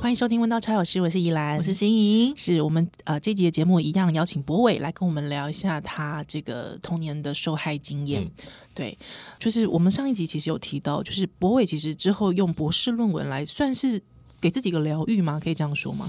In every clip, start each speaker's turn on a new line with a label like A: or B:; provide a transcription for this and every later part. A: 欢迎收听《问到超有事》，我是宜兰，》，
B: 我是心怡。
A: 是我们呃这集的节目一样邀请博伟来跟我们聊一下他这个童年的受害经验。
C: 嗯
A: 对，就是我们上一集其实有提到，就是博伟其实之后用博士论文来算是给自己一个疗愈吗？可以这样说吗？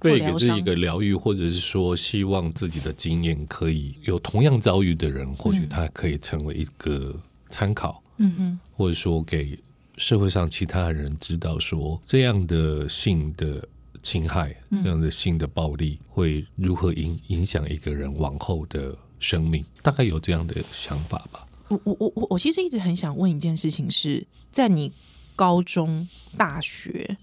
C: 对，
A: 或
C: 给
A: 疗
C: 自己
A: 伤
C: 一个疗愈，或者是说希望自己的经验可以有同样遭遇的人，或许他可以成为一个参考，
B: 嗯
A: 嗯哼，
C: 或者说给社会上其他人知道说这样的性的侵害，
A: 嗯
C: 这样的性的暴力会如何影影响一个人往后的生命，大概有这样的想法吧。
A: 我我我我我其实一直很想问一件事情是，在你高中、大学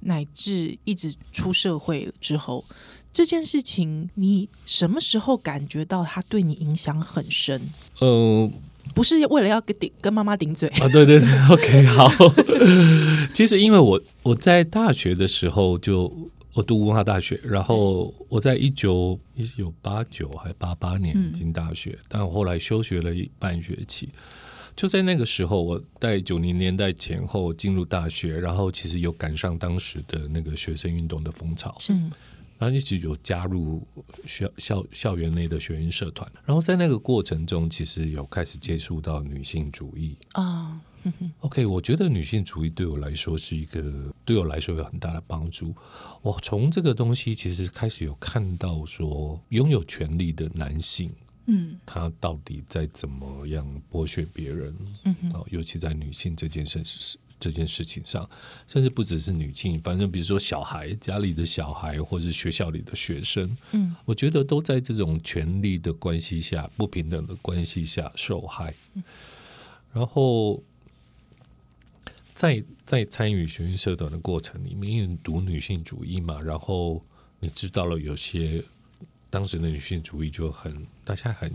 A: 乃至一直出社会之后，这件事情你什么时候感觉到它对你影响很深？
C: 嗯、
A: 不是为了要跟顶跟妈妈顶嘴，
C: 啊，对对对，OK，好。 其实因为我我在大学的时候就我读文化大学，然后我在一九一九八九还八八年进大学，但我后来休学了一半学期。就在那个时候，我在九零年代前后进入大学，然后其实有赶上当时的那个学生运动的风潮，
A: 是
C: 然后一直有加入学校校园内的学运社团，然后在那个过程中，其实有开始接触到女性主义，
A: 啊，
C: OK，我觉得女性主义对我来说是一个对我来说有很大的帮助。我从这个东西其实开始有看到说，拥有权利的男性，
B: 嗯，
C: 他到底在怎么样剥削别人？
A: 嗯
C: 啊，尤其在女性这件事事这件事情上，甚至不只是女性，反正比如说小孩、家里的小孩，或是学校里的学生，
A: 嗯，
C: 我觉得都在这种权力的关系下、不平等的关系下受害。
A: 嗯
C: 然后在在参与学运社团的过程里面，因为读女性主义嘛，然后你知道了有些当时的女性主义就很大家很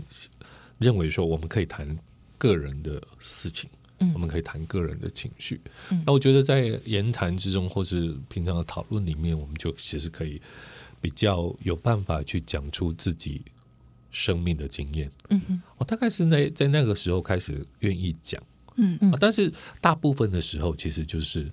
C: 认为说我们可以谈个人的事情，
A: 嗯
C: 我们可以谈个人的情绪。
A: 嗯
C: 那我觉得在言谈之中或是平常的讨论里面，我们就其实可以比较有办法去讲出自己生命的经验。
A: 嗯哼，
C: 我大概是在在那个时候开始愿意讲，
B: 嗯
C: 啊但是大部分的时候其实就是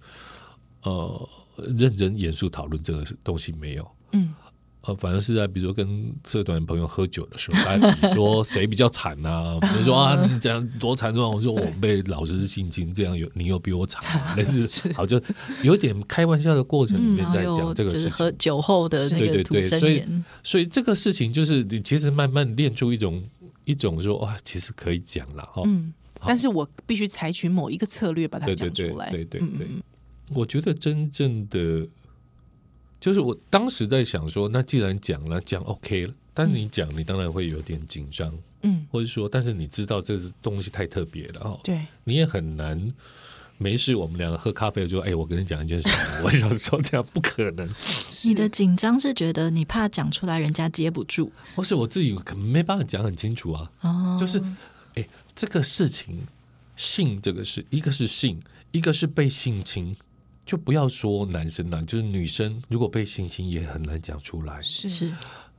C: 呃认真严肃讨论这个东西没有，
A: 嗯，
C: 呃，反而是在比如说跟社团朋友喝酒的时候，大家比如说谁比较惨 啊，比如说啊你怎样多惨状，我说我被老师性侵，这样有你又比我惨 啊，类似好就有点开玩笑的过程里
B: 嗯，
C: 面
B: 然后
C: 在
B: 又
C: 讲这
B: 就
C: 个
B: 是
C: 事
B: 喝
C: 情，
B: 酒后的那
C: 对
B: 个
C: 对
B: 吐
C: 对
B: 真
C: 所以
B: 言，
C: 所以这个事情就是你其实慢慢练出一种一种说哇，其实可以讲了哦，
A: 嗯，但是我必须采取某一个策略把它
C: 对对
A: 讲
C: 对
A: 出来，
C: 对对
A: 嗯
C: 对
A: 嗯嗯，
C: 我觉得真正的，就是我当时在想说，那既然讲了，讲 OK 了，但你讲，你当然会有点紧张，
A: 嗯，
C: 或者说，但是你知道这是东西太特别了哦，
A: 对，
C: 你也很难。没事，我们两个喝咖啡就哎，我跟你讲一件事情，我想说这样不可能，
B: 你的紧张是觉得你怕讲出来人家接不住
C: 或是我自己可能没办法讲很清楚啊。
B: 哦，
C: 就是，
A: 嗯
C: 哎，这个事情，性这个事，一个是性，一个是被性侵，就不要说男生啦，就是女生如果被性侵也很难讲出来。
A: 是
B: 是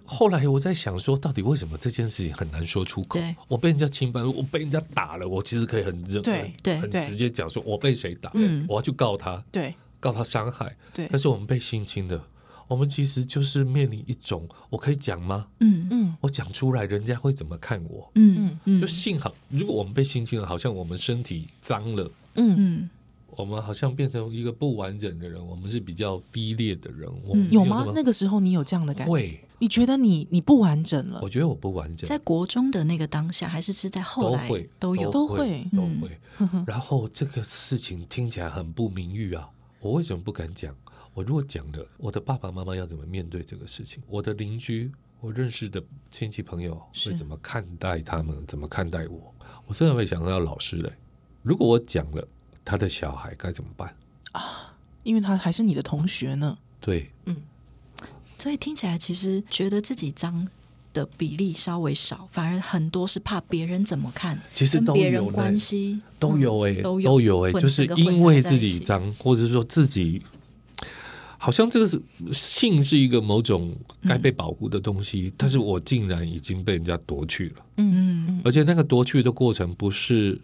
C: 后来我在想说，到底为什么这件事情很难说出口
B: 对？
C: 我被人家侵犯，我被人家打了，我其实可以很认
A: 对
C: 很
B: 对
C: 很
A: 对
C: 直接讲说，我被谁打，
B: 嗯
C: 我要去告他，
A: 对
C: 告他伤害。
A: 对
C: 但，是我们被性侵的，我们其实就是面临一种，我可以讲吗？
B: 嗯
A: 嗯
C: 我讲出来，人家会怎么看我？
B: 嗯嗯，
C: 就幸好，如果我们被性侵了，好像我们身体脏了，
A: 嗯，
B: 嗯
C: 我们好像变成一个不完整的人，我们是比较低劣的人。我
B: 嗯
C: 们
A: 有吗
C: 没？
A: 那个时候你有这样的
C: 那
A: 感
C: 么
A: 觉？
C: 会，
A: 你觉得你你不完整了
C: 我？觉得我不完整
B: 在，国中的那个当下，还是是在后
C: 都
B: 来
C: 会
B: 都有，
A: 都
C: 会
A: 会
C: 都
B: 嗯
C: 会。然后这个事情听起来很不名誉啊，我为什么不敢讲？我如果讲了，我的爸爸妈妈要怎么面对这个事情？我的邻居，我认识的亲戚朋友
A: 是
C: 会怎么看待他们？怎么看待我？我甚至会想到老师嘞，如果我讲了，他的小孩该怎么办？
A: 因为他还是你的同学呢。
C: 对，
B: 所以听起来其实觉得自己脏的比例稍微少，反而很多是怕别人怎么看，
C: 其实
B: 跟
C: 都
B: 别
C: 有
B: 人
C: 呢
B: 关系
C: 都
B: 嗯
C: 有哎、
B: 都
C: 都有
B: 有
C: 哎、
B: 混
C: 就是
B: 这个混
C: 因为
B: 杂在
C: 自
B: 一
C: 己
B: 起
C: 脏，或者说自己好像这个是性是一个某种
B: 嗯
C: 该被保护的东西，但是我竟然已经被人家夺去了，
B: 嗯，
C: 而且那个夺去的过程不是。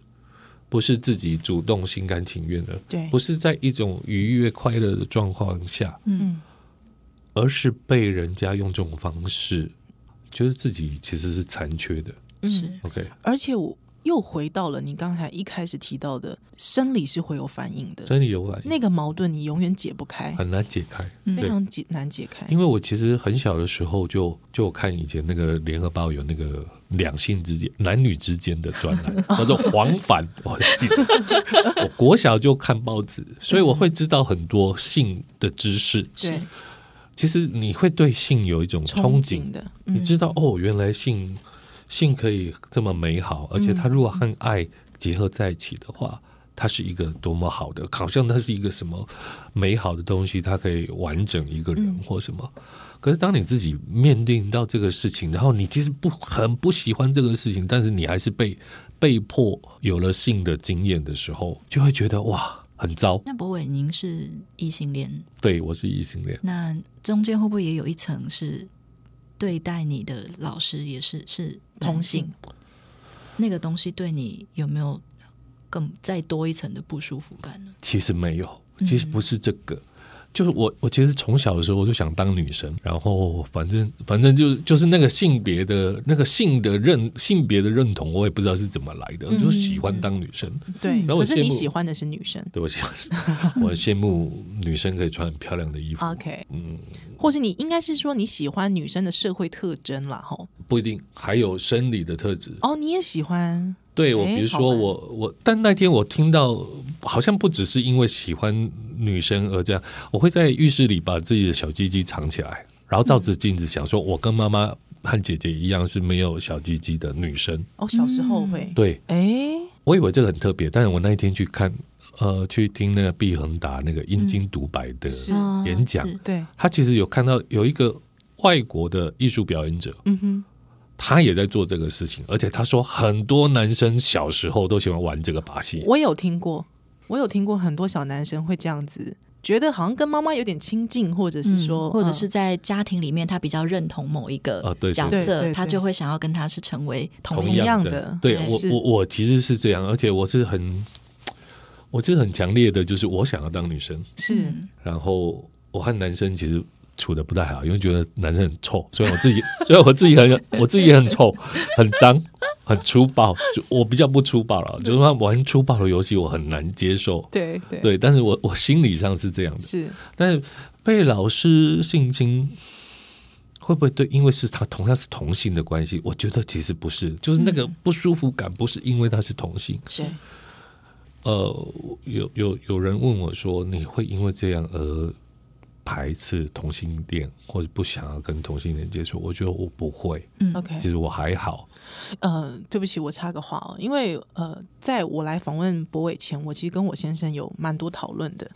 C: 不是自己主动心甘情愿的，
A: 对
C: 不是在一种愉悦快乐的状况下，
A: 嗯，
C: 而是被人家用这种方式，觉得自己其实是残缺的。
B: 是
C: OK，
A: 而且我又回到了你刚才一开始提到的，生理是会有反应的，
C: 真的有反应，
A: 那个矛盾你永远解不开，
C: 很难解开。
B: 嗯
A: 非常解难解开。
C: 哎因为我其实很小的时候就就有看以前那个联合报有那个两性之间、男女之间的专 栏，叫做《黄反》，我还记得。 我国小就看报纸，所以我会知道很多性的知识。
A: 对，
C: 其实你会对性有一种憧
A: 憧
C: 憬，
A: 的，
C: 你知道哦，原来性性可以这么美好，而且它如果和爱结合在一起的话，它是一个多么好的，好像它是一个什么美好的东西，它可以完整一个人或什么。可是当你自己面对到这个事情，然后你其实不很不喜欢这个事情，但是你还是被被迫有了性的经验的时候，就会觉得哇很糟。
B: 那博伟，您是异性恋，
C: 对我是异性恋，
B: 那中间会不会也有一层是对待你的老师也是是男
A: 同性？
B: 那个东西对你有没有更再多一层的不舒服感呢？
C: 其实没有，其实不是这个。就是我，我其实从小的时候我就想当女生，然后反正反正就是就是那个性别的那个性的认性别的认同，我也不知道是怎么来的，就是喜欢当女生。
A: 对。
C: 嗯后我
A: 可是你
C: 羡慕
A: 喜欢的是女生
C: 对不起，我很羡慕女生可以穿很漂亮的衣服，
A: ，OK，或是
C: 嗯
A: 你应该是说你喜欢女生的社会特征啦，吼。
C: 不一定还有生理的特质。
A: 哦，你也喜欢，
C: 对我，
A: 哎
C: 比如
A: 好
C: 说
A: 玩
C: 我我，但那天我听到，好像不只是因为喜欢女生而这样，我会在浴室里把自己的小鸡鸡藏起来，然后照
A: 嗯
C: 着镜子想说，我跟妈妈和姐姐一样是没有小鸡鸡的女生。
A: 哦，小时候会，
C: 嗯对
A: 哎，
C: 我以为这个很特别，但是我那一天去看，呃，去听那个毕恒达那个阴茎独白的
A: 嗯是
C: 演讲，
B: 是
A: 对，
C: 他其实有看到有一个外国的艺术表演者，
A: 嗯哼，
C: 他也在做这个事情，而且他说很多男生小时候都喜欢玩这个把戏。
A: 我有听过，我有听过很多小男生会这样子，觉得好像跟妈妈有点亲近，或者是说，
B: 或者
A: 嗯
B: 是在家庭里面，他比较认同某一个
C: 啊对对啊
B: 角
A: 对对
B: 色，
A: 对
B: 他就会想要跟他是成为同
A: 同
B: 一
A: 样
B: 样。
A: 的哎
C: 对
B: 对
C: 我
A: 是
C: 我我其实是这样，而且我是很，我是很强烈的，就是我想要当女生，
A: 是
B: 嗯
C: 然后我和男生其实处的不太好，因为觉得男生很臭，所以我自己，所以我自己很，我自己也很臭，很脏，很粗暴，就我比较不粗暴了，就是说玩粗暴的游戏我很难接受，
A: 对对
C: 对，但是我我心理上是这样的，
A: 是
C: 但是被老师性侵，会不会对？因为是他同他是同性的关系，我觉得其实不是，就是那个
B: 嗯
C: 不舒服感不是因为他是同性。
A: 是
C: 呃，有有有人问我说，你会因为这样而排斥同性恋，或者不想要跟同性恋接触？我觉得我不会，
B: 嗯
A: ，OK，
C: 其实我还好。
A: 呃，对不起，我插个话哦，因为呃，在我来访问博伟前，我其实跟我先生有蛮多讨论的。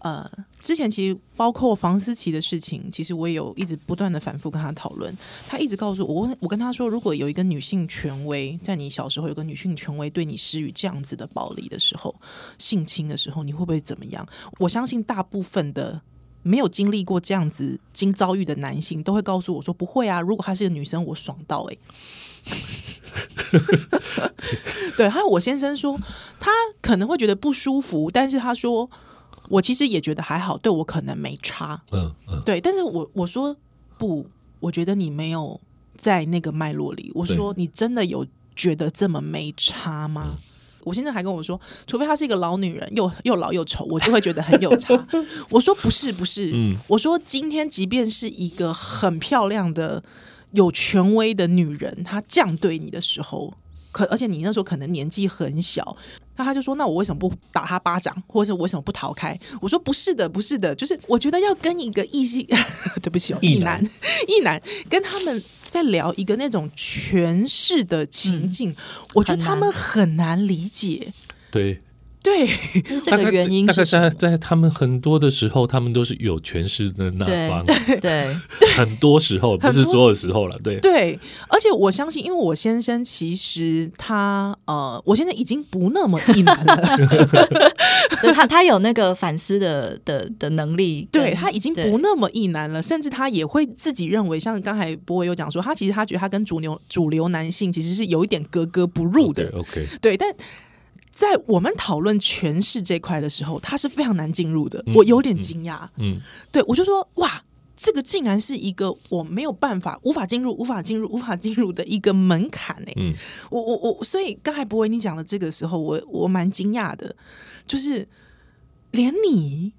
A: 呃，之前其实包括房思琪的事情，其实我也有一直不断的反复跟他讨论。他一直告诉我，我问我跟他说，如果有一个女性权威，在你小时候有个女性权威对你施予这样子的暴力的时候，性侵的时候，你会不会怎么样？我相信大部分的没有经历过这样子经遭遇的男性，都会告诉我说不会啊，如果她是个女生，我爽到哎、欸对，还有我先生说，他可能会觉得不舒服，但是他说，我其实也觉得还好，对我可能没差。
C: 嗯嗯，
A: 对，但是我我说不，我觉得你没有在那个脉络里。我说你真的有觉得这么没差吗？我先生还跟我说，除非她是一个老女人，又又老又丑，我就会觉得很有差。我说不是不是，我说今天即便是一个很漂亮的、有权威的女人，她这样对你的时候，可而且你那时候可能年纪很小，那他就说：“那我为什么不打他巴掌，或者是我为什么不逃开？”我说：“不是的，不是的，就是我觉得要跟一个异性， 对不起、哦，
C: 异
A: 异
C: 男
A: 男，异男跟他们在聊一个那种
C: 嗯
A: 权势的情境，我觉得他们很难理解。
C: 对，
A: 对，
B: 但是这个原因
C: 大概
B: 是什
C: 在
B: 么？
C: 在他们很多的时候，他们都是有权势的那方，
B: 对对，
C: 很多时候不
A: 很多
C: 是所有时候了，对，
A: 对，而且我相信，因为我先生其实他呃，我现在已经不那么一男了，
B: 就他他有那个反思的的的能力跟，
A: 对他已经
B: 对
A: 不那么一男了，甚至他也会自己认为，像刚才博伟有讲说，他其实他觉得他跟主流主流男性其实是有一点格格不入的，
C: ，OK，
A: 对，但。在我们讨论诠释这块的时候，他是非常难进入的，我有点惊讶。
C: 嗯，
A: 对我就说哇，这个竟然是一个我没有办法、无法进入、无法进入、无法进入的一个门槛哎、
C: 嗯
A: 我我我，所以刚才博伟你讲的这个时候，我我蛮惊讶的，就是连你，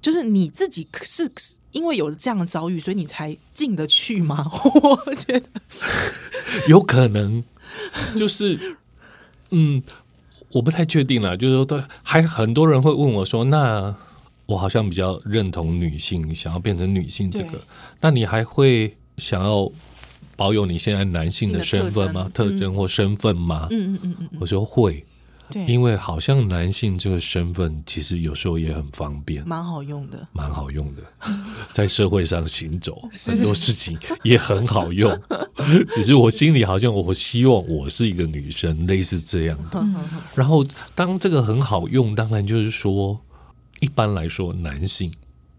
A: 就是你自己是是因为有了这样的遭遇，所以你才进得去吗？ 我觉得
C: 有可能就是， 嗯，我不太确定啦，就是说，对，还很多人会问我说，那我好像比较认同女性，想要变成女性这
A: 对
C: 个，那你还会想要保有你现在男性的
A: 性的
C: 身份吗？特征或身份吗？
A: 嗯嗯嗯嗯嗯，
C: 我说会，
A: 对，
C: 因为好像男性这个身份其实有时候也很方便，
A: 蛮好用的，
C: 蛮好用的， 在社会上行走，很多事情也很好用。 只是我心里好像我希望我是一个女生，类似这样的。
A: 嗯
C: 然后当这个很好用，当然就是说，一般来说，男性，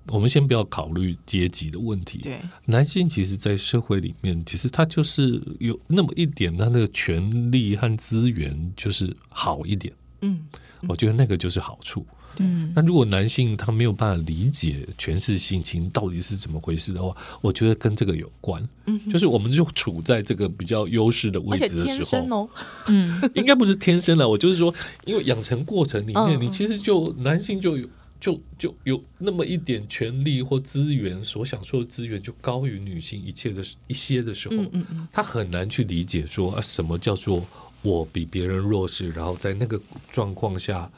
C: 我们先不要考虑阶级的问题，
A: 对
C: 男性其实，在社会里面，其实他就是有那么一点，他的权利和资源就是好一点。
A: 嗯，
C: 我觉得那个就是好处。
B: 嗯，
C: 那如果男性他没有办法理解诠释性情到底是怎么回事的话，我觉得跟这个有关。嗯，就是我们就处在这个比较优势的
A: 而
C: 位
A: 且
C: 置的
A: 天
C: 时
A: 生
C: 候，
A: 哦，
B: 嗯，
C: 应该不是天生了。我就是说，因为养成过程里面，
A: 嗯
C: 你其实就男性就有。就就有那么一点权利或资源，所享受的资源就高于女性一切的一些的时候，
A: 嗯嗯嗯，
C: 他很难去理解说啊，什么叫做我比别人弱势，然后在那个状况下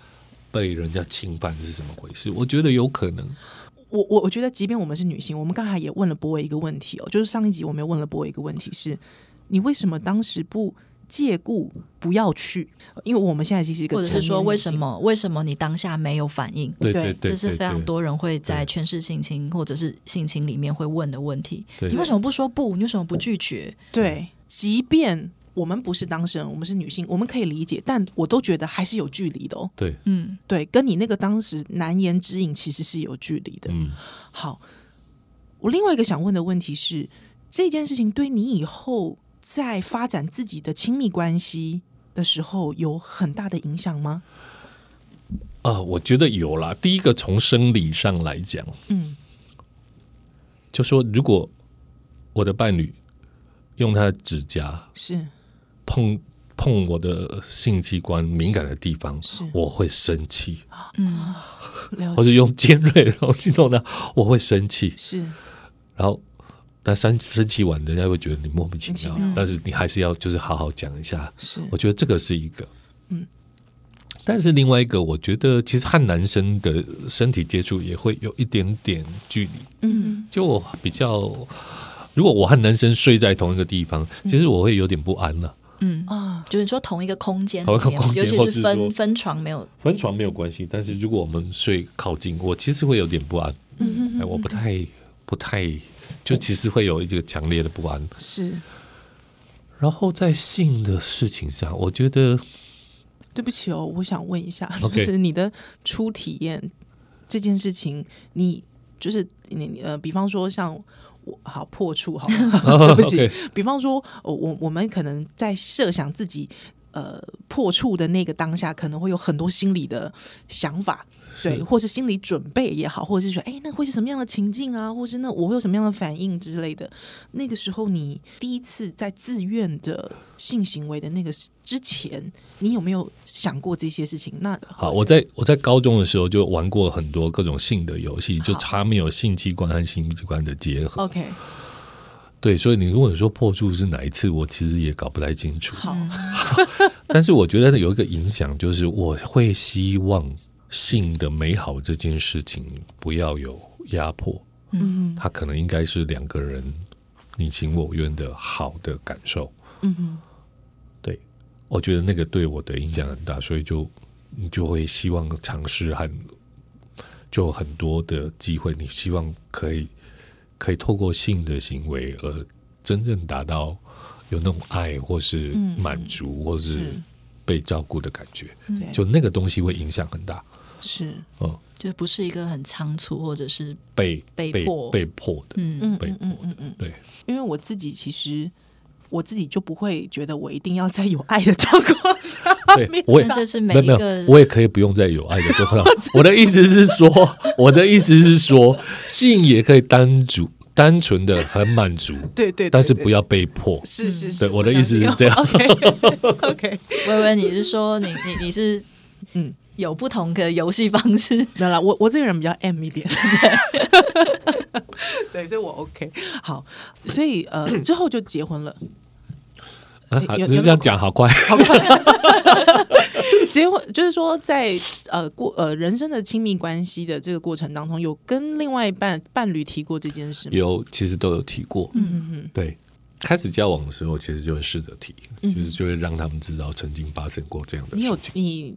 C: 被人家侵犯是怎么回事？我觉得有可能，
A: 我我我觉得，即便我们是女性，我们刚才也问了博伟一个问题哦，就是上一集我们也问了博伟一个问题是，你为什么当时不借故不要去？因为我们现在其实一个
B: 或者
A: 成
B: 是
A: 年
B: 说为
A: 女
B: 什
A: 性？
B: 么为什么你当下没有反应？
C: 对
A: 对
C: 对对，
B: 这是非常
C: 对。
B: 多人会在诠释性侵或者是性侵里面会问的问题。
C: 对
B: 你为什么不说不？你为什么不拒绝？
A: 对，即便我们不是当事人，我们是女性，我们可以理解，但我都觉得还是有距离的哦。
C: 对，
B: 嗯，
A: 对，跟你那个当时难言之隐其实是有距离的。
C: 嗯，
A: 好，我另外一个想问的问题是，这件事情对你以后在发展自己的亲密关系的时候有很大的影响吗？
C: 啊、我觉得有啦。第一个从生理上来讲，
A: 嗯，
C: 就说如果我的伴侣用他的指甲
A: 是
C: 碰碰我的性器官敏感的地方
A: 是，
C: 我会生气，
A: 了
C: 或
A: 解，
C: 是用尖锐的东西弄他，我会生气。
A: 是
C: 然后，但生生气完，人家会觉得你莫名其
A: 莫
C: 妙
A: 名其妙，
C: 但是你还是要就是好好讲一下。
A: 是
C: 我觉得这个是一个，嗯。但是另外一个，我觉得其实和男生的身体接触也会有一点点距离。
A: 嗯，
C: 就我比较，如果我和男生睡在同一个地方，
A: 嗯
C: 其实我会有点不安了、
A: 啊，
B: 就是说同一个空间里
C: 同
B: 面，
C: 一个空间
B: 尤
C: 或
B: 其
C: 是
B: 是
C: 说
B: 分分床没有，
C: 分床没有关系，但是如果我们睡靠近，我其实会有点不安。
A: 嗯，
C: 哎，我不太不太，就其实会有一个强烈的不安。
A: 是
C: 然后在性的事情上，我觉得
A: 对不起哦，我想问一下，就
C: OK
A: 是你的初体验这件事情，你就是你你呃，比方说像我好破处好了，对 不起
C: 哦 OK
A: 比方说我我我们可能在设想自己呃破处的那个当下，可能会有很多心理的想法。对，或是心理准备也好，或者是说，哎，那会是什么样的情境啊？或是那我会有什么样的反应之类的？那个时候，你第一次在自愿的性行为的那个之前，你有没有想过这些事情？那
C: 好，我在我在高中的时候就玩过很多各种性的游戏，就差没有性器官和性器官的结合。
A: OK，
C: 对，所以你如果说破处是哪一次，我其实也搞不太清楚。
A: 好，
C: 但是我觉得有一个影响，就是我会希望性的美好这件事情不要有压迫，
A: 嗯
C: 它可能应该是两个人你情我愿的好的感受。
A: 嗯嗯，
C: 对，我觉得那个对我的影响很大，所以就你就会希望尝试很就有很多的机会，你希望可以可以透过性的行为而真正达到有那种爱或是
A: 嗯
C: 满足或是
A: 是
C: 被照顾的感觉，
A: 嗯对
C: 就那个东西会影响很大，
A: 是
C: 嗯，
B: 就不是一个很仓促或者是
C: 被
B: 被
C: 被
B: 迫
C: 被迫的，
B: 嗯
A: 嗯
C: 被
A: 嗯
C: 迫
A: 嗯
C: 的，
A: 嗯嗯，
C: 对，
A: 因为我自己其实。我自己就不会觉得我一定要在有爱的状况下
C: 对
A: 面，
C: 我也
B: 那这是每
C: 没有
B: 一
C: 没
B: 个
C: 有，我也可以不用再有哎爱的状况。 我的意思是 说，我的意思是说，性也可以单足单纯的很满足，
A: 对对，对
C: 但是
A: 对
C: 不要被迫。
A: 是是是，
C: 对我的
A: 相
C: 意思
A: 信
C: 是这样
A: OK OK，
B: 微微，你是说你你你是
A: 嗯
B: 嗯有不同的游戏方式？
A: 没有啦，我我这个人比较 M 一点， 对，所以我 OK。好，所以呃，之后就结婚了。
C: 啊
A: 有有
C: 就这样讲好 快，
A: 结婚就是说在，呃过呃人生的亲密关系的这个过程当中，有跟另外一半伴侣提过这件事吗？
C: 有其实都有提过，嗯嗯，对。开始交往的时候，其实就会试着提，就是就会让他们知道曾经发生过这样的
A: 你有
C: 事情。
A: 你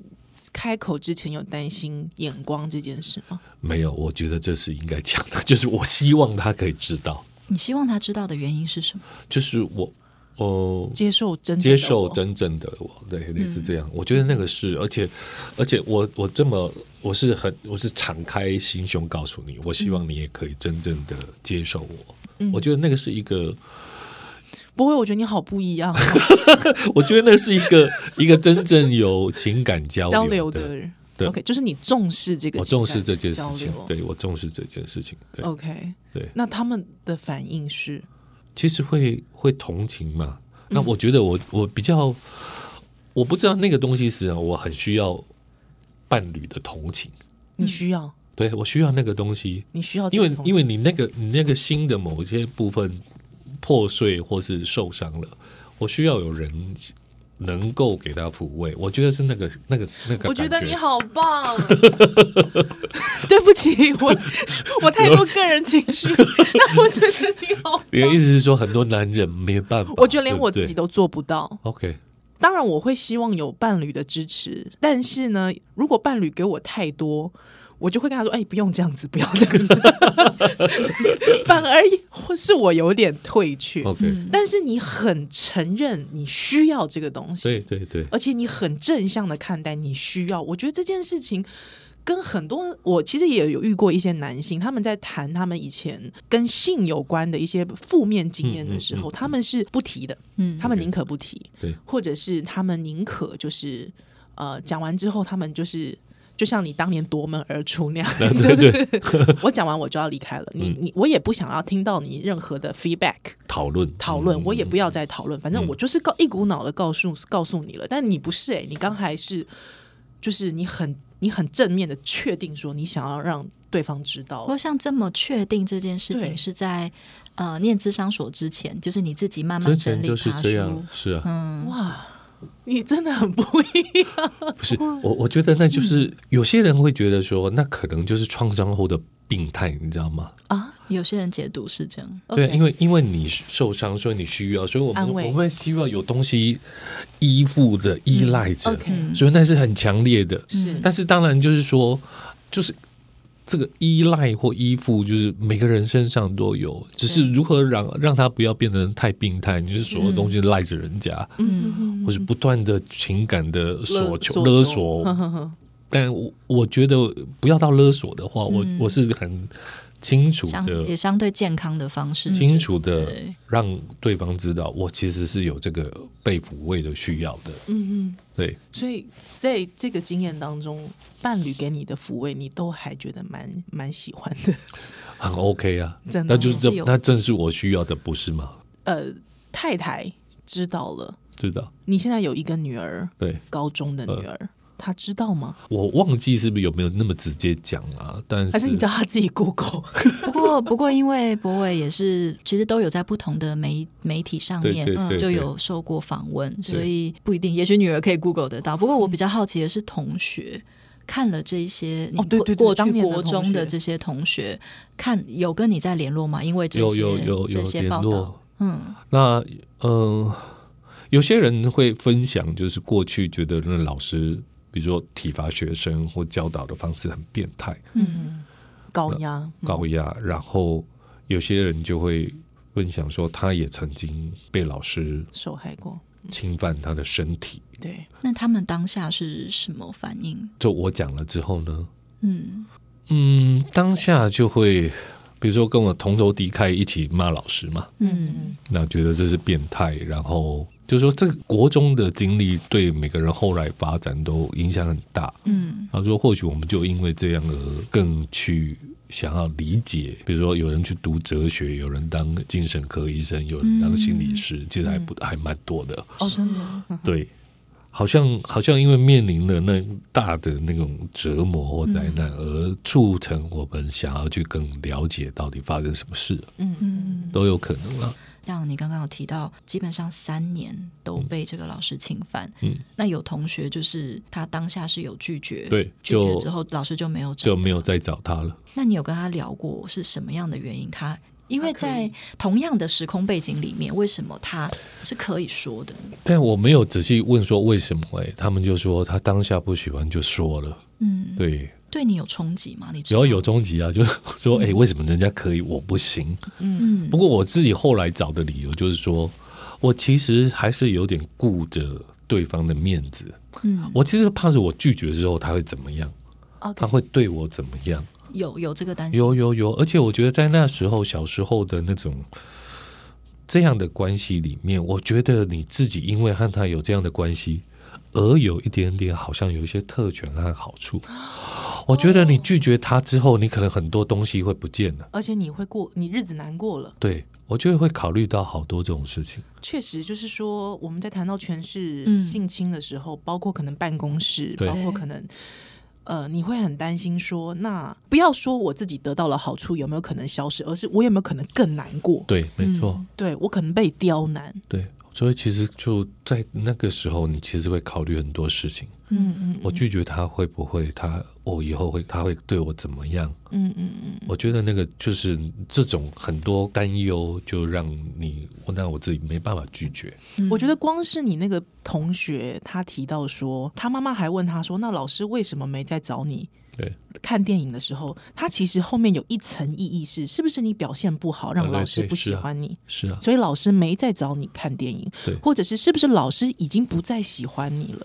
A: 开口之前有担心眼光这件事吗？
C: 没有，我觉得这是应该讲的，就是我希望他可以知道，
B: 你希望他知道的原因是什么？
C: 就是我，呃，
A: 接受真正的
C: 接受
A: 我
C: 真正的我，对，
A: 嗯
C: 类似这样。我觉得那个是，而且，而且我我这么我是很我是敞开心胸告诉你，我希望你也可以真正的接受我。
A: 嗯
C: 我觉得那个是一个，
A: 不会，我觉得你好不一样 哦、
C: 我觉得那是一个 一个真正有情感交
A: 交
C: 流
A: 流
C: 的。
A: 的人。
C: 对
A: OK，就是你重视这个
C: 我
A: 情
C: 重
A: 感交流，哦
C: 视这件事情，对我重视这件事情，对
A: OK，
C: 对，
A: 那他们的反应是
C: 其实会会同情嘛。
A: 嗯
C: 那我觉得我我比较，我不知道那个东西是啊我很需要伴侣的同情，
A: 你需要，
C: 对我需要那个东西，
A: 你需哦要这
C: 因
A: 个
C: 为
A: 同
C: 因
A: 情
C: 为你那个你那个心的某一些部分破碎或是受伤了，我需要有人能够给他抚慰。我觉得是那个那个那个感
A: 我觉得你好棒。 对不起，我 我太多个人情绪， 但我觉得你好棒。
C: 你的意思是说，很多男人没办法，
A: 我觉得连我自
C: 对不对
A: 己都做不到。
C: OK，
A: 当然，我会希望有伴侣的支持，但是呢，如果伴侣给我太多，我就会跟他说：“哎，不用这样子，不要这样子。”反而或是我有点退却。
C: OK，、
A: 但是你很承认你需要这个东西，
C: 对对对，
A: 而且你很正向的看待你需要。我觉得这件事情跟很多我其实也有遇过一些男性，他们在谈他们以前跟性有关的一些负面经验的
C: 嗯
A: 时候，他们是不提的，
B: 嗯
A: 他们宁可不提，
C: 对
A: 或者是他们宁可就是呃讲完之后，他们就是。就像你当年夺门而出那 样，就是 我讲完我就要离开了，你
C: 嗯
A: 你我也不想要听到你任何的 feedback，
C: 讨论嗯
A: 讨论，我也不要再讨论，反正我就是告一股脑的告诉告诉你了。但你不是哎、你刚才是就是你很你很正面的确定说你想要让对方知道
B: 不，过像这么确定这件事
A: 对
B: 情是在呃念资商所之前，就是你自己慢慢
C: 之
B: 整
C: 前
B: 理
C: 就是
B: 爬
C: 这样
B: 书，，嗯
C: 是
A: 嗯
C: 啊，
A: 哇，你真的很不一 样。
C: 不是我，我觉得那
A: 嗯
C: 就是、有些人会觉得说，那可能就是创伤后的病态，你知道吗？
A: 啊
B: 有些人解读是这样。
C: 对，
A: OK
C: 因为因为你受伤，所以你需要，所以我们
A: 安
C: 我
A: 慰
C: 们会希望有东西依附着、依赖着，
A: 嗯 OK
C: 所以那是很强烈的。
A: 是
C: 但是当然就是说，就是这个依赖或依附，就是每个人身上都有，只是如何让让他不要变得太病态，你就是所有东西赖着人家，
A: 嗯，
C: 或是不断的情感的索求、
A: 勒
C: 勒
A: 索
C: 索。 但我我觉得不要到勒索的话，
A: 嗯
C: 我我是很清楚
B: 相
C: 的，嗯
B: 也相对健康的方式，
C: 清楚
B: 嗯
C: 的
B: 对
C: 让对方知道，我其实是有这个被抚慰的需要的。嗯嗯，对，
A: 所以在这个经验当中，伴侣给你的抚慰，你都还觉得蛮蛮喜欢的。
C: 很 OK 啊，
A: 真的
C: 那就是这
B: 是有
C: 那正是我需要的，不是吗？
A: 呃，太太知道了，
C: 知道？
A: 你现在有一个女儿，
C: 对
A: 高中的女儿，她知道吗？
C: 我忘记是不是有没有那么直接讲啊？但是
A: 还是你叫她自己 Google？
B: 不过，不过，因为博伟也是，其实都有在不同的媒媒体上
C: 对
B: 面嗯
C: 对对对
B: 就有受过访问，所以不一定，也许女儿可以 Google 得到。不过，我比较好奇的是，同学看了这些，你
A: 哦对
B: 过
A: 对对
B: 过
A: 当
B: 去
A: 年的
B: 国
A: 同
B: 中
A: 学
B: 的这些同学，看有跟你在联络吗？因为这
C: 有
B: 些
C: 有有有
B: 这些
C: 联
B: 报道
C: 络，，
B: 嗯，
C: 那嗯、呃有些人会分享，就是过去觉得那老师比如说体罚学生或教导的方式很变态、
B: 嗯
A: 嗯高压，
C: 高压，然后有些人就会分享说，他也曾经被老师
A: 受害过，
C: 侵犯他的身体。
A: 对，
B: 那他们当下是什么反应？
C: 就我讲了之后呢，
B: 嗯
C: 嗯，当下就会，比如说跟我同仇敌忾，一起骂老师嘛，
B: 嗯
C: 那觉得这是变态，然后就说这个国中的经历对每个人后来发展都影响很大。
B: 嗯
C: 他说，或许我们就因为这样而更去想要理解，比如说有人去读哲学，有人当精神科医生，有人当心理师，其实还不还蛮多的。
B: 嗯
A: 哦，真的，
C: 对，好像好像因为面临了那大的那种折磨或灾难，而促成我们想要去更了解到底发生什么事，
B: 嗯，
C: 都有可能了。
B: 像你刚刚有提到，基本上三年都被这个老师侵犯。
C: 嗯，
B: 那有同学就是他当下是有拒绝，
C: 对
B: 拒绝
C: 就
B: 之后老师就没有找
C: 就没有再找他了。
B: 那你有跟他聊过是什么样的原因？他因为
A: 他可
B: 在
A: 以
B: 同样的时空背景里面，为什么他是可以说的？
C: 但我没有仔细问说为什么、哎，他们就说他当下不喜欢就说了。
B: 嗯，
C: 对，
B: 对你有冲击吗？你知
C: 只
B: 道
C: 要有终极啊，就是 说，哎、为什么人家可以，我不行？
B: 嗯
C: 不过我自己后来找的理由就是说，我其实还是有点顾着对方的面子。
B: 嗯，
C: 我其实怕是我拒绝之后他会怎么样
A: OK
C: 他会对我怎么样？
B: 有有这个担心，
C: 有有有，而且我觉得在那时候小时候的那种这样的关系里面，我觉得你自己因为和他有这样的关系，而有一点点好像有一些特权和好处。我觉得你拒绝他之后，你可能很多东西会不见了。
A: 而且你会过，你日子难过了。
C: 对我就会考虑到好多这种事情。
A: 确实，就是说我们在谈到权
B: 嗯
A: 势性侵的时候，包括可能办公室，
C: 对
A: 包括可能。呃，你会很担心说，那不要说我自己得到了好处有没有可能消失，而是我有没有可能更难过？
C: 对，没错，
A: 对我可能被刁难。
C: 对。所以其实就在那个时候，你其实会考虑很多事情。
A: 嗯嗯
C: 我拒绝他会不会他我以后会他会对我怎么样？
A: 嗯嗯嗯，
C: 我觉得那个就是这种很多担忧，就让你让我自己没办法拒绝。
A: 我觉得光是你那个同学，他提到说，他妈妈还问他说，那老师为什么没再找你？
C: 对，
A: 看电影的时候，他其实后面有一层意义是，是不是你表现不好，让
C: 对
A: 老师
C: 对
A: 不
C: 是
A: 喜
C: 啊
A: 欢你？
C: 是啊，
A: 所以老师没再找你看电影
C: 对，
A: 或者是是不是老师已经不再喜欢你了？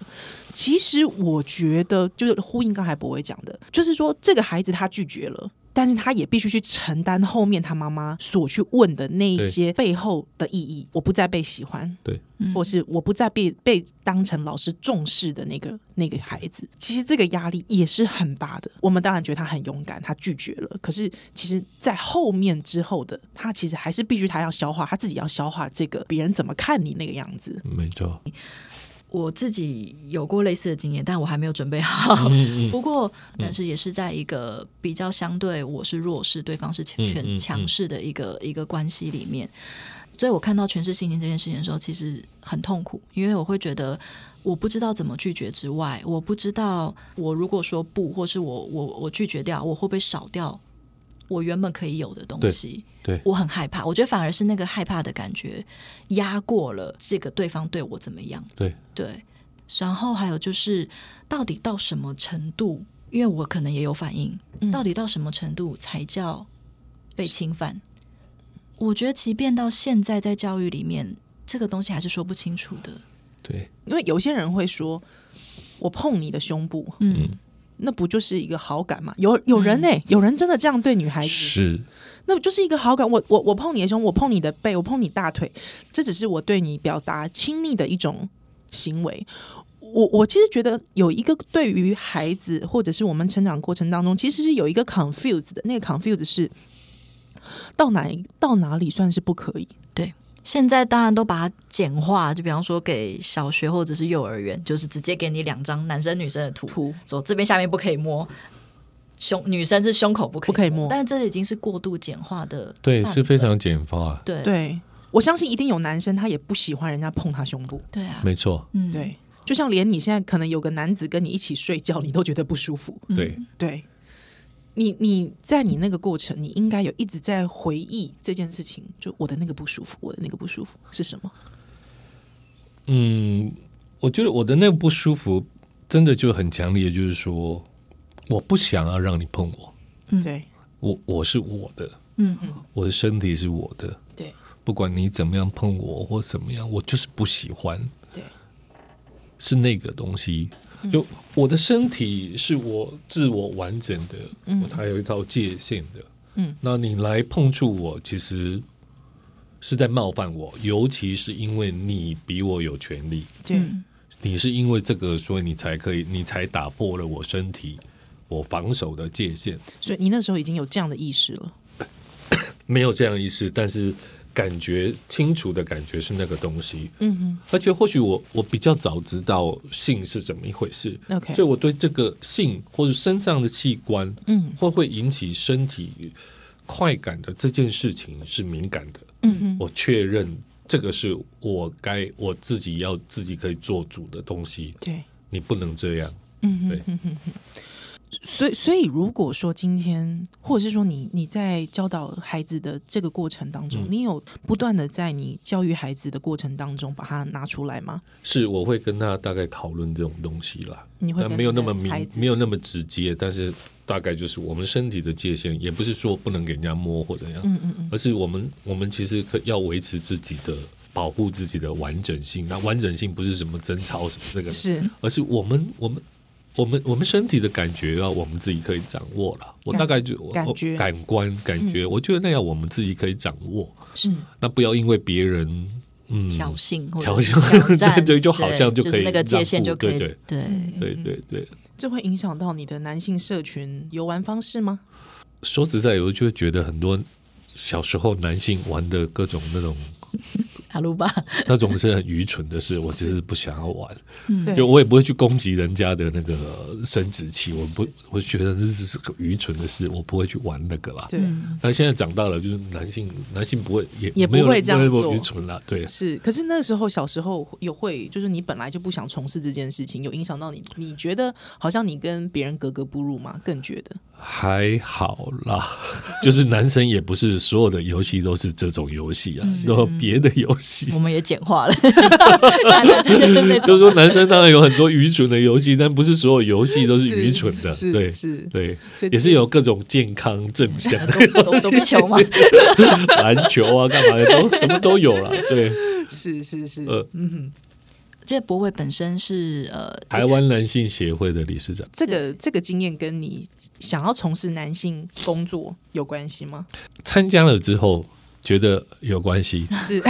A: 其实我觉得，就是呼应刚才博伟讲的，就是说这个孩子他拒绝了。但是他也必须去承担后面他妈妈所去问的那一
C: 对
A: 些背后的意义，我不再被喜欢，
C: 对，
A: 或是我不再被被当成老师重视的那个那个孩子，其实这个压力也是很大的。我们当然觉得他很勇敢，他拒绝了，可是其实，在后面之后的他，其实还是必须他要消化，他自己要消化这个别人怎么看你那个样子。
C: 没错，
B: 我自己有过类似的经验，但我还没有准备好。
C: 嗯
B: 不过，但是也是在一个比较相对我是弱势，对方是强
C: 嗯嗯
B: 权
C: 嗯
B: 强势的一个、一个关系里面。所以我看到权势性侵这件事情的时候，其实很痛苦，因为我会觉得我不知道怎么拒绝之外，我不知道我如果说不，或是我我我拒绝掉，我会不会少掉我原本可以有的东
C: 对
B: 西？
C: 对，
B: 我很害怕，我觉得反而是那个害怕的感觉压过了这个对方对我怎么样。
C: 对，
B: 对，然后还有就是，到底到什么程度？因为我可能也有反应，到底到什么程度才叫被侵犯？我觉得，即便到现在在教育里面，这个东西还是说不清楚的。
C: 对，
A: 因为有些人会说，我碰你的胸部，
B: 嗯
A: 那不就是一个好感嘛？有有人呢、欸有人真的这样对女孩子，
C: 是，
A: 那不就是一个好感？我我我碰你的胸，我碰你的背，我碰你大腿，这只是我对你表达亲密的一种行为。我我其实觉得有一个对于孩子或者是我们成长过程当中，其实是有一个 confuse 的，那个 confuse 是到哪一到哪里算是不可以？
B: 现在当然都把它简化，就比方说给小学或者是幼儿园，就是直接给你两张男生女生的图，
A: 图
B: 说这边下面不可以摸，胸女生是胸口不可以
A: 不可以摸
B: 但这已经是过度简化的
C: 对，
B: 范
C: 是非
B: 本
C: 常啊简化，
B: 对
A: 对我相信一定有男生他也不喜欢人家碰他胸部，
B: 对啊，
C: 没错，
B: 嗯，
A: 对，就像连你现在可能有个男子跟你一起睡觉，你都觉得不舒服，
C: 对，
A: 对，你你在你那个过程，你应该有一直在回忆这件事情，就我的那个不舒服，我的那个不舒服是什么？
C: 嗯，我觉得我的那个不舒服真的就很强烈，就是说，我不想要让你碰我，
A: 对
C: 我我是我的，
B: 嗯，
C: 我的身体是我的，
A: 对
C: 不管你怎么样碰我或怎么样，我就是不喜欢，
A: 对，
C: 是那个东西。就我的身体是我自我完整的，我它有一套界限的。
A: 嗯，
C: 那你来碰触我，其实是在冒犯我，尤其是因为你比我有权利，
A: 对
C: 你是因为这个，所以你才可以，你才打破了我身体我防守的界限。
A: 所以你那时候已经有这样的意识了。
C: 没有这样意识，但是感觉清楚的感觉是那个东西。
A: 嗯
C: 而且或许我我比较早知道性是怎么一回事
A: OK
C: 所以我对这个性或者身上的器官，
A: 嗯，
C: 会不会引起身体快感的这件事情是敏感的。
A: 嗯哼，
C: 我确认这个是我该我自己要自己可以做主的东西，
A: 对，
C: 你不能这样。
A: 嗯
C: 对
A: 哼哼哼哼。所以，所以如果说今天，或者是说你你在教导孩子的这个过程当
C: 嗯
A: 中，你有不断的在你教育孩子的过程当中把它拿出来吗？
C: 是，我会跟他大概讨论这种东西啦。
A: 你会
C: 但
A: 跟
C: 呃没有
A: 你
C: 那
A: 的
C: 么明
A: 孩，子
C: 没有那么直接，但是大概就是我们身体的界限，也不是说不能给人家摸或怎样，
A: 嗯嗯嗯，
C: 而是我们我们其实可要维持自己的保护自己的完整性。那完整性不是什么争吵什么这个，
A: 是
C: 而是我们我们。我们我们身体的感觉啊，我们自己可以掌握了。我
A: 感
C: 大概就我
A: 感
C: 我
A: 觉嗯
C: 感官感觉，我觉得那样我们自己可以掌握。
A: 是，
C: 那不要因为别人嗯
B: 挑衅或
C: 挑
B: 者是
C: 衅
B: 挑战，
C: 对对就好像就
B: 就
C: 可以
B: 是那个界限就
C: 让步
B: 可以
C: 对
B: 对
C: 对
A: 嗯
C: 对对，
A: 这会影响到你的男性社群游玩方式吗？
C: 说实在，我就会觉得很多小时候男性玩的各种那种
B: 阿鲁巴
C: 那种是很愚蠢的事，我只是不想要玩，
A: 嗯对
C: 就我也不会去攻击人家的那个生殖器，我不，我觉得这是个愚蠢的事，我不会去玩那个啦。
A: 对，
C: 但现在长大了，就是男性，男性不会也
A: 也不
C: 没有
A: 会这样
C: 没有那么
A: 做
C: 愚蠢啦，对，
A: 是。可是那时候小时候有会，就是你本来就不想从事这件事情，有影响到你？你觉得好像你跟别人格格不入吗？更觉得
C: 还好啦， 就是男生也不是所有的游戏都是这种游戏啊，
A: 嗯
C: 然后别的游戏
B: 我。们也简化了， 大家就是那 种
C: 就是说，男生当然有很多愚蠢的游戏，但不是所有游戏都是愚蠢的。
A: 是
C: 对，
A: 是
C: 对
A: 所以，
C: 也是有各种健康正 向的
B: 都都不求嘛，
C: 篮球啊，干嘛的都什么都有了。对，
A: 是是是，
C: 呃
A: 嗯哼，
B: 这博伟本身是呃，
C: 台湾男性协会的理事长，
A: 这个这个经验跟你想要从事男性工作有关系吗？
C: 参加了之后觉得有关系。
A: 是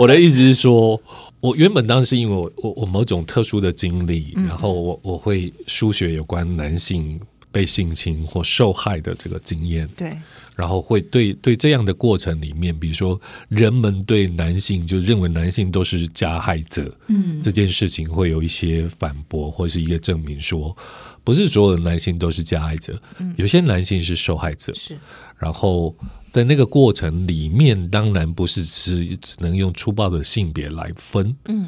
C: 我的意思是说，我原本当时因为我我我某种特殊的经历，
A: 嗯
C: 然后我我会书写有关男性被性侵或受害的这个经验，
A: 对，
C: 然后会对对这样的过程里面，比如说人们对男性就认为男性都是加害者，嗯，这件事情会有一些反驳或是一个证明说，不是所有的男性都是加害者，有些男性是受害者，
A: 是
C: 然后在那个过程里面，当然不是只是只能用粗暴的性别来分，
A: 嗯，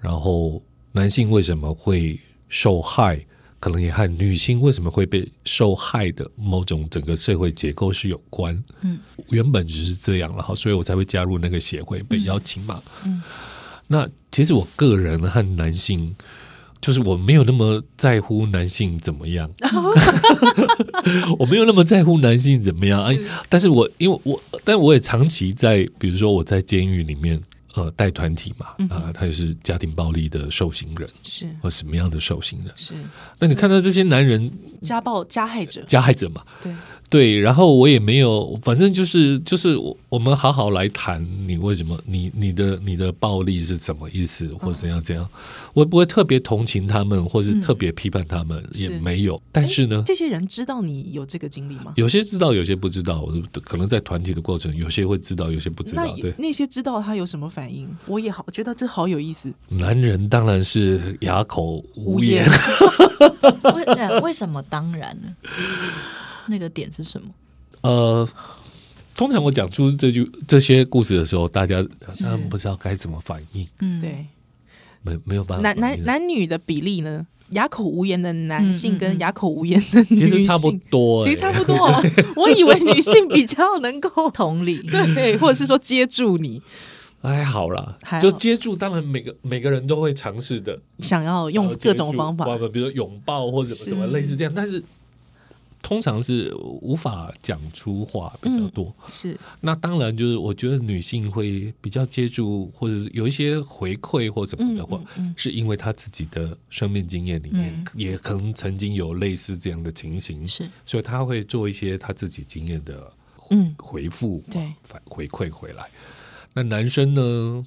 C: 然后男性为什么会受害，可能也和女性为什么会被受害的某种整个社会结构是有关，嗯，原本只是这样，然后所以我才会加入那个协会被邀请嘛，嗯，那其实我个人和男性。就是我没有那么在乎男性怎么 样，我没有那么在乎男性怎么样，哎，但是我因为我，但我也长期在，比如说我在监狱里面，呃，带团体嘛，
A: 嗯
C: 啊、他也是家庭暴力的受刑人
A: 是
C: 或什么样的受刑人，
A: 是，
C: 那你看到这些男人
A: 家暴加害者，
C: 加害者嘛，
A: 对，
C: 对，然后我也没有，反正就是就是我我们好好来谈，你为什么你你的你的暴力是什么意
A: 嗯
C: 思，或怎样怎样，我也不会特别同情他们，或是特别批判他们，也
A: 嗯是
C: 没有，但是呢，
A: 这些人知道你有这个经历吗？
C: 有些知道，有些不知道。可能在团体的过程，有些会知道，有些不知
A: 那
C: 道。对，
A: 那些知道他有什么反应？我也好觉得这好有意思，
C: 男人当然是哑口无言。
A: 无
B: 为呃为什么当然呢？那个点是什么？
C: 呃，通常我讲出这句这些故事的时候，大家呃他们不知道该怎么反应，
B: 嗯，
A: 对，
C: 没没有办法
A: 男
C: 反
A: 男
C: 应。
A: 男女的比例呢？哑口无言的男性
B: 嗯嗯
A: 跟
B: 嗯
A: 哑口无言的女
C: 其
A: 性，
C: 实差不多、欸，
A: 其实差不多哦。 我以为女性比较能够
B: 同理，
A: 对，或者是说接住你，
C: 还好啦，
A: 还好
C: 就接住，当然每个每个人都会尝试的，
A: 想要用
C: 呃
A: 各种
C: 接住
A: 方法，
C: 哇比如说拥抱或者什么
A: 是
C: 类似这样，但是通常是无法讲出话比
A: 嗯
C: 较多。
A: 是
C: 那当然就是我觉得女性会比较接住，或者有一些回馈或什么的话，是因为她自己的生命经验里面、也可能曾经有类似这样的情形，
B: 是
C: 所以她会做一些她自己经验的回
A: 嗯
C: 回复，
A: 对
C: 反回馈回来。那男生呢？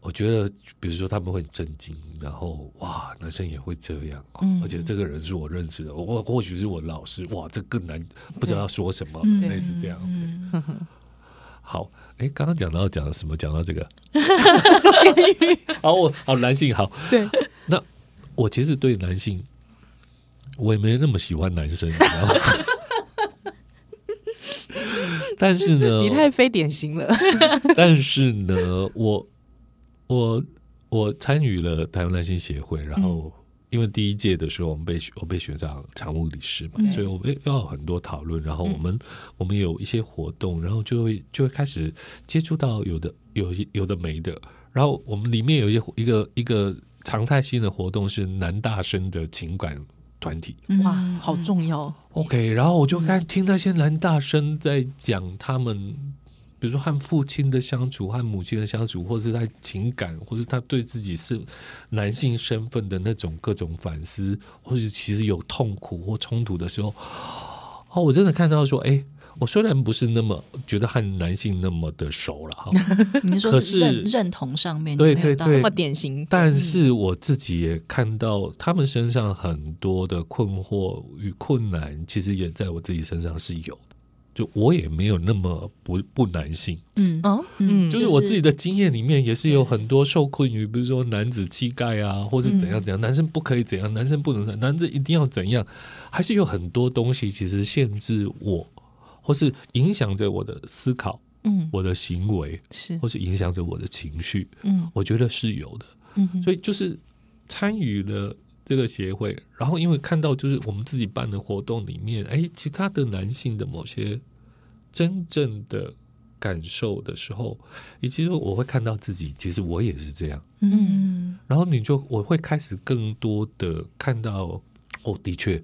C: 我觉得，比如说他们会很震惊，然后哇，男生也会这样，
A: 嗯
C: 而且这个人是我认识的，我或许是我老师，哇，这更难，不知道要说什么，
A: 嗯
B: 对
C: 类似这样。好，哎，刚刚讲到讲什么？讲到这个好，哦我好男性好，
A: 对，
C: 那我其实对男性，我也没那么喜欢男生，你知道吗？ 但是呢，
A: 你太非典型了，
C: 但是呢，我我我参与了台湾男性协会，然后因为第一届的时候，我们被选我被选上常务理事嘛，所以我们要有很多讨论，然后我们、我们有一些活动，然后就会就会开始接触到有的有有的没的，然后我们里面有一些一个一个常态性的活动是男大生的情感团体，
B: 嗯
A: 哇，好重要，哦
C: OK，然后我就看听那些男大生在讲他们，比如说和父亲的相处、和母亲的相处，或是他情感，或是他对自己是男性身份的那种各种反思，或是其实有痛苦或冲突的时候，哦，我真的看到说，哎，我虽然不是那么觉得和男性那么的熟了哈，
B: 你是
C: 可
B: 说
C: 是
B: 认认同上面
C: 对
B: 你没有
C: 对
B: 到
C: 对
A: 这么典型，
C: 嗯但是我自己也看到他们身上很多的困惑与困难，其实也在我自己身上是有的。就我也没有那么不不男性，
B: 嗯
A: 嗯嗯
B: 嗯
C: 就是我自己的经验里面也是有很多受困于，比如说男子气概啊，或是怎样怎样，男生不可以怎样，男生不能怎样，男生一定要怎样，还是有很多东西其实限制我，或是影响着我的思考、
A: 嗯，
C: 我的行为，
A: 是
C: 或是影响着我的情绪。
A: 嗯
C: 我觉得是有的。
A: 嗯哼
C: 所以就是参与了这个协会，然后因为看到就是我们自己办的活动里面，哎，其他的男性的某些真正的感受的时候，以及说我会看到自己，其实我也是这样。
B: 嗯
C: 然后你就我会开始更多的看到，哦，的确，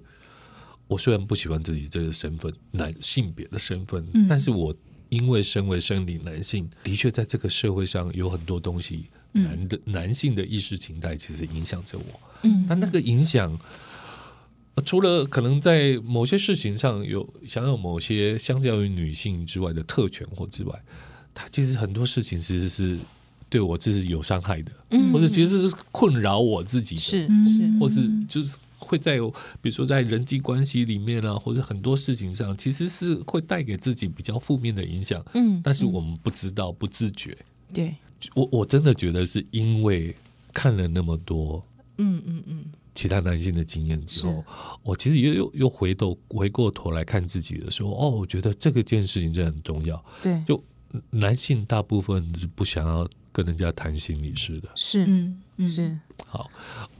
C: 我虽然不喜欢自己这个身份，男性别的身份，但是我因为身为生理男性，的确在这个社会上有很多东西，男的、男性的意识形态其实影响着我。
A: 嗯，
C: 但那个影响。呃除了可能在某些事情上有享有某些相较于女性之外的特权或之外，它其实很多事情其实是对我自己有伤害的。
A: 嗯
C: 或者其实是困扰我自己的，
A: 是是
B: 嗯
C: 或是就是会在有比如说在人际关系里面啊，或者很多事情上，其实是会带给自己比较负面的影响。
A: 嗯
C: 但是我们不知道，不自觉。
A: 对，
C: 我我真的觉得是因为看了那么多
A: 嗯嗯嗯，
C: 其他男性的经验之后，我其实又又又回头回过头来看自己的时候，哦，我觉得这个件事情真的很重要。
A: 对，
C: 就嗯男性大部分是不想要跟人家谈心理事的，
A: 是
B: 嗯嗯
A: 是
C: 好，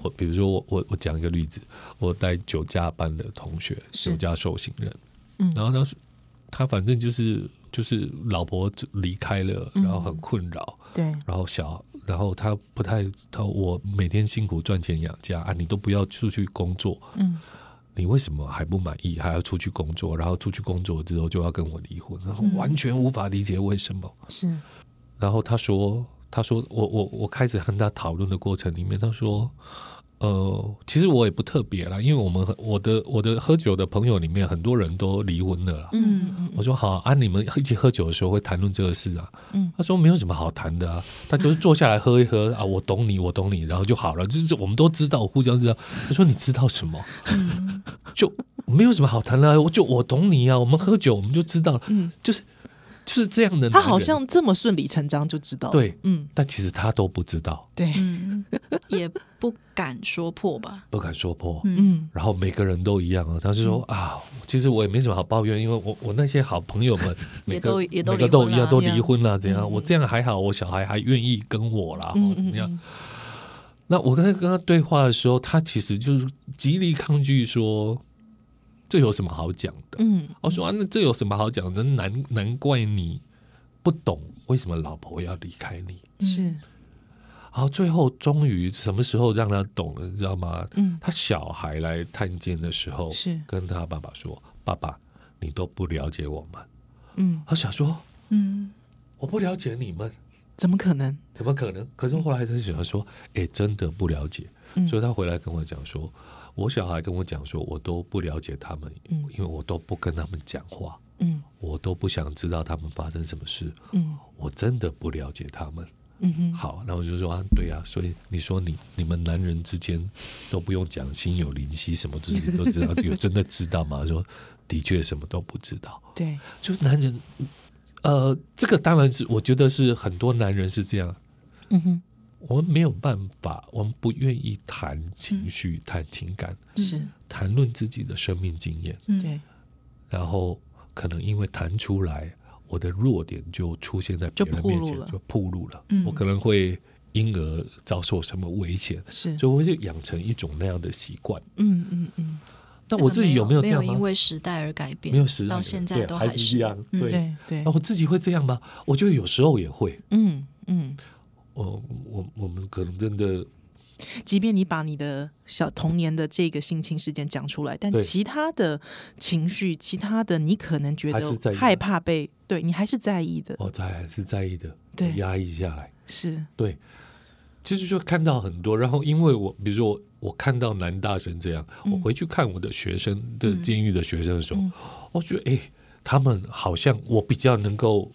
C: 我比如说我我我讲一个例子，我带酒驾班的同学，
A: 是
C: 酒驾受刑人，
A: 嗯
C: 然后他是他反正就是就是老婆离开了，然后
A: 嗯
C: 很困扰，
A: 对，
C: 然后小，然后他不太他我每天辛苦赚钱养家啊，你都不要出去工作，
A: 嗯
C: 你为什么还不满意，还要出去工作，然后出去工作之后就要跟我离婚，然后完全无法理解为什么。
A: 是
C: 然后他说，他说我我我开始和他讨论的过程里面，他说，呃，其实我也不特别啦，因为我们我的我的喝酒的朋友里面很多人都离婚了啦。
A: 嗯
C: 我说好啊，你们一起喝酒的时候会谈论这个事啊。
A: 嗯
C: 他说没有什么好谈的啊，他就是坐下来喝一喝啊，我懂你，我懂你，然后就好了。就是我们都知道，互相知道。他说你知道什么？
A: 嗯
C: 就没有什么好谈的、啊，我就我懂你啊，我们喝酒我们就知道，
A: 嗯
C: 就是就是这样的男人。
A: 他好像这么顺理成章就知道了，
C: 对
A: 嗯
C: 但其实他都不知道，
A: 对，
B: 嗯，也不敢说破吧。
C: 不敢说破。
A: 嗯
C: 然后每个人都一样啊，他是说、啊，其实我也没什么好抱怨，因为我我那些好朋友们每个
B: 都也都
C: 每个
B: 离婚
C: 都一样，
B: 啦
C: 都
A: 一样
C: 离婚了，怎样？我这样还好，我小孩还愿意跟我啦，或
A: 嗯
C: 怎么样？
A: 嗯
C: 那我刚才跟他对话的时候，他其实就是极力抗拒说，这有什么好讲的？
A: 嗯
C: 我说啊，那这有什么好讲的？难难怪你不懂为什么老婆要离开你。
A: 是
C: 然后最后终于什么时候让他懂了，你知道吗？
A: 嗯
C: 他小孩来探监的时候，
A: 是
C: 跟他爸爸说：“爸爸，你都不了解我们。
A: 嗯”，
C: 他想说
B: 嗯，：“
C: 我不了解你们，
A: 怎么可能？
C: 怎么可能？”可是后来他想说：“哎、真的不了解。”
A: 嗯
C: 所以他回来跟我讲说：“我小孩跟我讲说，我都不了解他们，
A: 嗯
C: 因为我都不跟他们讲话，
A: 嗯
C: 我都不想知道他们发生什么事，
A: 嗯
C: 我真的不了解他们。”
A: 嗯哼，
C: 好，那我就说啊，对啊，所以你说你你们男人之间都不用讲心有灵犀，什么都知都知道，有真的知道吗？ 说的确什么都不知道，
A: 对，
C: 就男人，呃，这个当然是我觉得是很多男人是这样，
A: 嗯哼，
C: 我们没有办法，我们不愿意谈情绪、谈情感，
A: 是
C: 谈论自己的生命经验，
B: 嗯
A: 对，
C: 然后可能因为谈出来，我的弱点就出现在
A: 就
C: 别人
A: 暴
C: 面
A: 露
C: 前
A: 了，
C: 就暴露了，
B: 嗯
C: 我可能会因而遭受什么危险。
A: 是，
C: 所以我就养成一种那样的习惯。
A: 嗯嗯嗯，
C: 但我自己有
B: 没
C: 有这
B: 没
C: 样
B: 有
C: 吗？
B: 因为时代而改变，
C: 没有时代
B: 到现在
C: 对
B: 都
C: 还
B: 是
C: 一样。
B: 嗯
C: 对，
A: 对对
C: 那，我自己会这样吗？我觉得有时候也会。
A: 嗯嗯，
C: 我我我们可能真的
A: 即便你把你的小童年的这个性侵事件讲出来，但
C: 对
A: 其他的情绪，其他的你可能觉
C: 还是在
A: 得
C: 意
A: 害怕被，对你还是在意的，
C: 哦，在还是在意的，
A: 对
C: 压抑下来。
A: 是，
C: 对，其实就看到很多。然后因为我，比如说我我看到男大神这样，
A: 嗯
C: 我回去看我的学生的监狱的学生的时候，我觉得哎，他们好像我比较能够。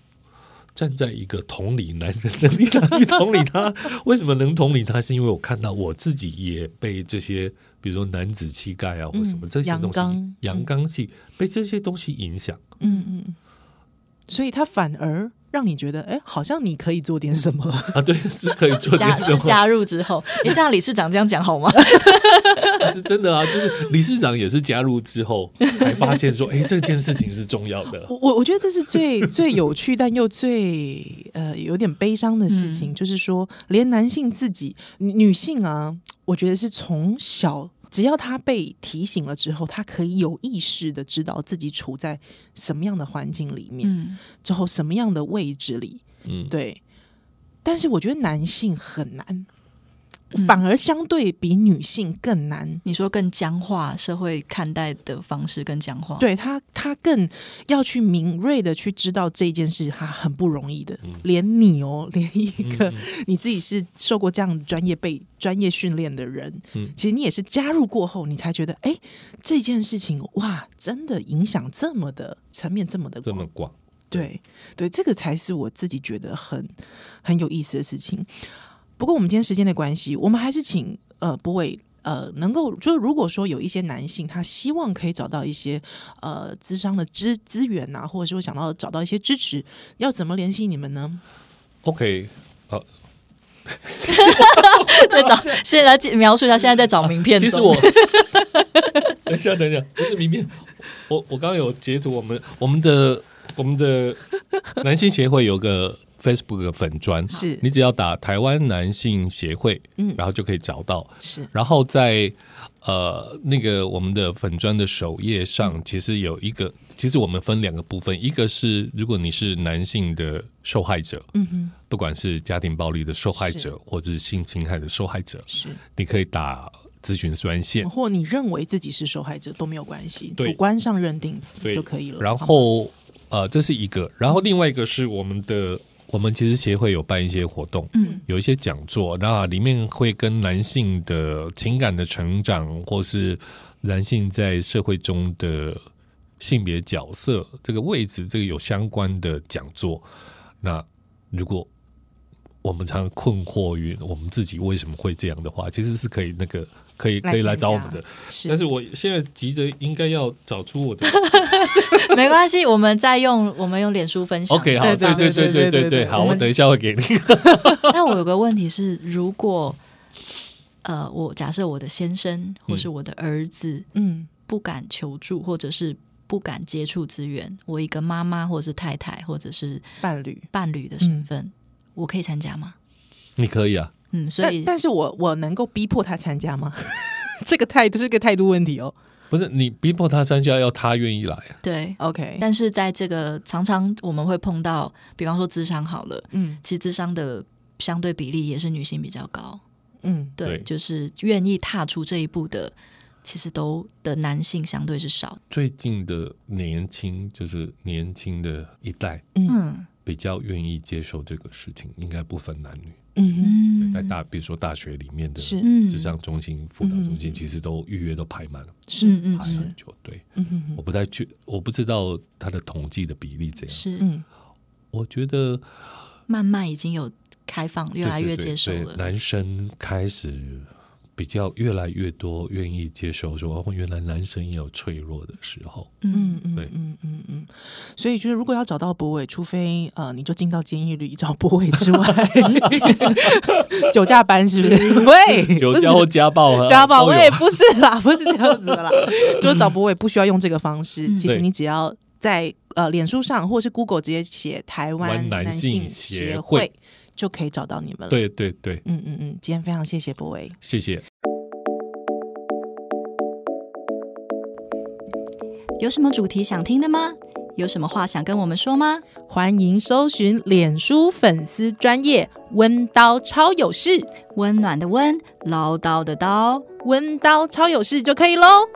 C: 站在一个同理男人的立场去同理他，为什么能同理他？是因为我看到我自己也被这些，比如说男子气概啊，或什么
A: 嗯
C: 这些
A: 阳
C: 东西
A: 刚，
C: 阳刚气被这些东西影响。
A: 嗯嗯嗯，所以他反而让你觉得，哎，好像你可以做点什么，
C: 啊，对，是可以 做
B: 加
C: 点什
B: 是
C: 么？
B: 加入之 后，你这样理事长这样讲好吗？
C: 是真的啊，就是理事长也是加入之后才发现说，哎、这件事情是重要的。
A: 我我我觉得这是最最有趣，但又最呃有点悲伤的事情，就是说，连男性自己，女女性啊，我觉得是从小。只要她被提醒了之后，她可以有意识的知道自己处在什么样的环境里面，
B: 嗯，
A: 之后什么样的位置里，
C: 嗯，
A: 对。但是我觉得男性很难，反而相对比女性更难
B: 你说更僵化，社会看待的方式更僵化，，
A: 对他，他更要去敏锐的去知道这件事，他很不容易的。
C: 嗯
A: 连你哦，连一个 你自己是受过这样专业被专业训练的人，
C: 嗯
A: 其实你也是加入过后，你才觉得，哎，这件事情哇，真的影响这么的层面，这么的
C: 这
A: 广。
C: 么广，
A: 对对，这个才是我自己觉得很很有意思的事情。不过我们今天时间的关系，我们还是请呃博伟呃能够就是如果说有一些男性他希望可以找到一些呃资商的资资源呐、或者说想要找到一些支持，要怎么联系你们呢？
C: OK，好。
B: 在找现在来描述一下现在在找名片中。
C: 其 实我，等一下，等一下，不是明明，我我刚刚有截图我们我们的我们的男性协会有个 Facebook 的粉砖，
A: 是
C: 你只要打台湾男性协会，
A: 嗯
C: 然后就可以找到。
A: 是
C: 然后在呃那个我们的粉砖的首页上，其实有一个，其实我们分两个部分，一个是如果你是男性的受害者，
A: 嗯哼
C: 不管是家庭暴力的受害
A: 是
C: 者或者是性侵害的受害者，
A: 是，
C: 你可以打咨询专线。
A: 或你认为自己是受害者都没有关系，
C: 对
A: 主观上认定
C: 对
A: 就可以了。
C: 然
A: 好吗
C: 后呃，这是一个，然后另外一个是我们的，我们其实协会有办一些活动，
B: 嗯，
C: 有一些讲座，那里面会跟男性的情感的成长，或是男性在社会中的性别角色这个位置，这个有相关的讲座。那如果我们常常困惑于我们自己为什么会这样的话，其实是可以那个可以可以来
A: 来参加
C: 找我们的。
A: 是
C: 但是我现在急着应该要找出我的
B: 没关系，我们再用我们用脸书分享。
C: OK，好，
B: 对
C: 对
B: 吧
A: 对
C: 对
A: 对对
C: 对
A: 对
C: 好，
A: 我
C: 我
A: 们
C: 等一下会给你。
B: 但我有个问题是，如果呃，我假设我的先生或是我的儿子
A: 嗯
B: 不敢求助，或者是不敢接触资源，我一个妈妈或者是太太或者是
A: 伴侣，
B: 伴侣的身份，我可以参加吗？
C: 你可以啊，
B: 嗯嗯，所
A: 但
B: 以
A: 但是我我能够逼迫他参加吗？这个态度是个态度问题哦。
C: 不是你逼迫他参加，要他愿意来啊。
B: 对。
A: OK，
B: 但是在这个常常我们会碰到，比方说智商好了，
A: 嗯
B: 其实智商的相对比例也是女性比较高。
A: 嗯
B: 对，
C: 对
B: 就是愿意踏出这一步的，其实都的男性相对是少。
C: 最近的年轻，就是年轻的一代，
B: 嗯
C: 比较愿意接受这个事情，应该不分男女。
A: 嗯
B: 嗯
C: 在大，比如说大学里面的
A: 是
B: 嗯
C: 智商中心、辅导中心，其实都预约都排满了，
A: 是
B: 嗯嗯
C: 排
B: 嗯
C: 很久。对，
A: 嗯嗯
C: 我不太确，我不知道他的统计的比例怎样。
B: 是
A: 嗯
C: 我觉得
B: 慢慢已经有开放，越
C: 对
B: 来
C: 对
B: 越
C: 对
B: 接受
C: 对
B: 了。
C: 男生开始比较越来越多愿意接受说，哦，原来男生也有脆弱的时 候。
B: 嗯，
A: 嗯嗯
C: 对
A: 嗯嗯嗯，所以就是如果要找到博伟，除非呃你就进到监狱里找博伟之 外，酒驾班是不是？ 喂，
C: 有
A: 不是
C: 家或家暴 啊，
A: 家宝
C: 都有
A: 喂，不是啦，不是这样子的啦，就是找博伟不需要用这个方式，
B: 嗯
A: 其实
C: 对
A: 你只要在呃脸书上或是 Google 直接写台湾
C: 湾男
A: 男
C: 性
A: 性
C: 协
A: 协
C: 会
A: 会，就可以找到你们了。
C: 对对对，
A: 嗯嗯嗯，今天非常谢谢博伟，
C: 谢谢。
B: 有什么主题想听的吗？有什么话想跟我们说吗？
A: 欢迎搜寻脸书粉丝专业温刀超有事，
B: 温暖的温，唠叨的叨。
A: 温刀超有事就可以喽。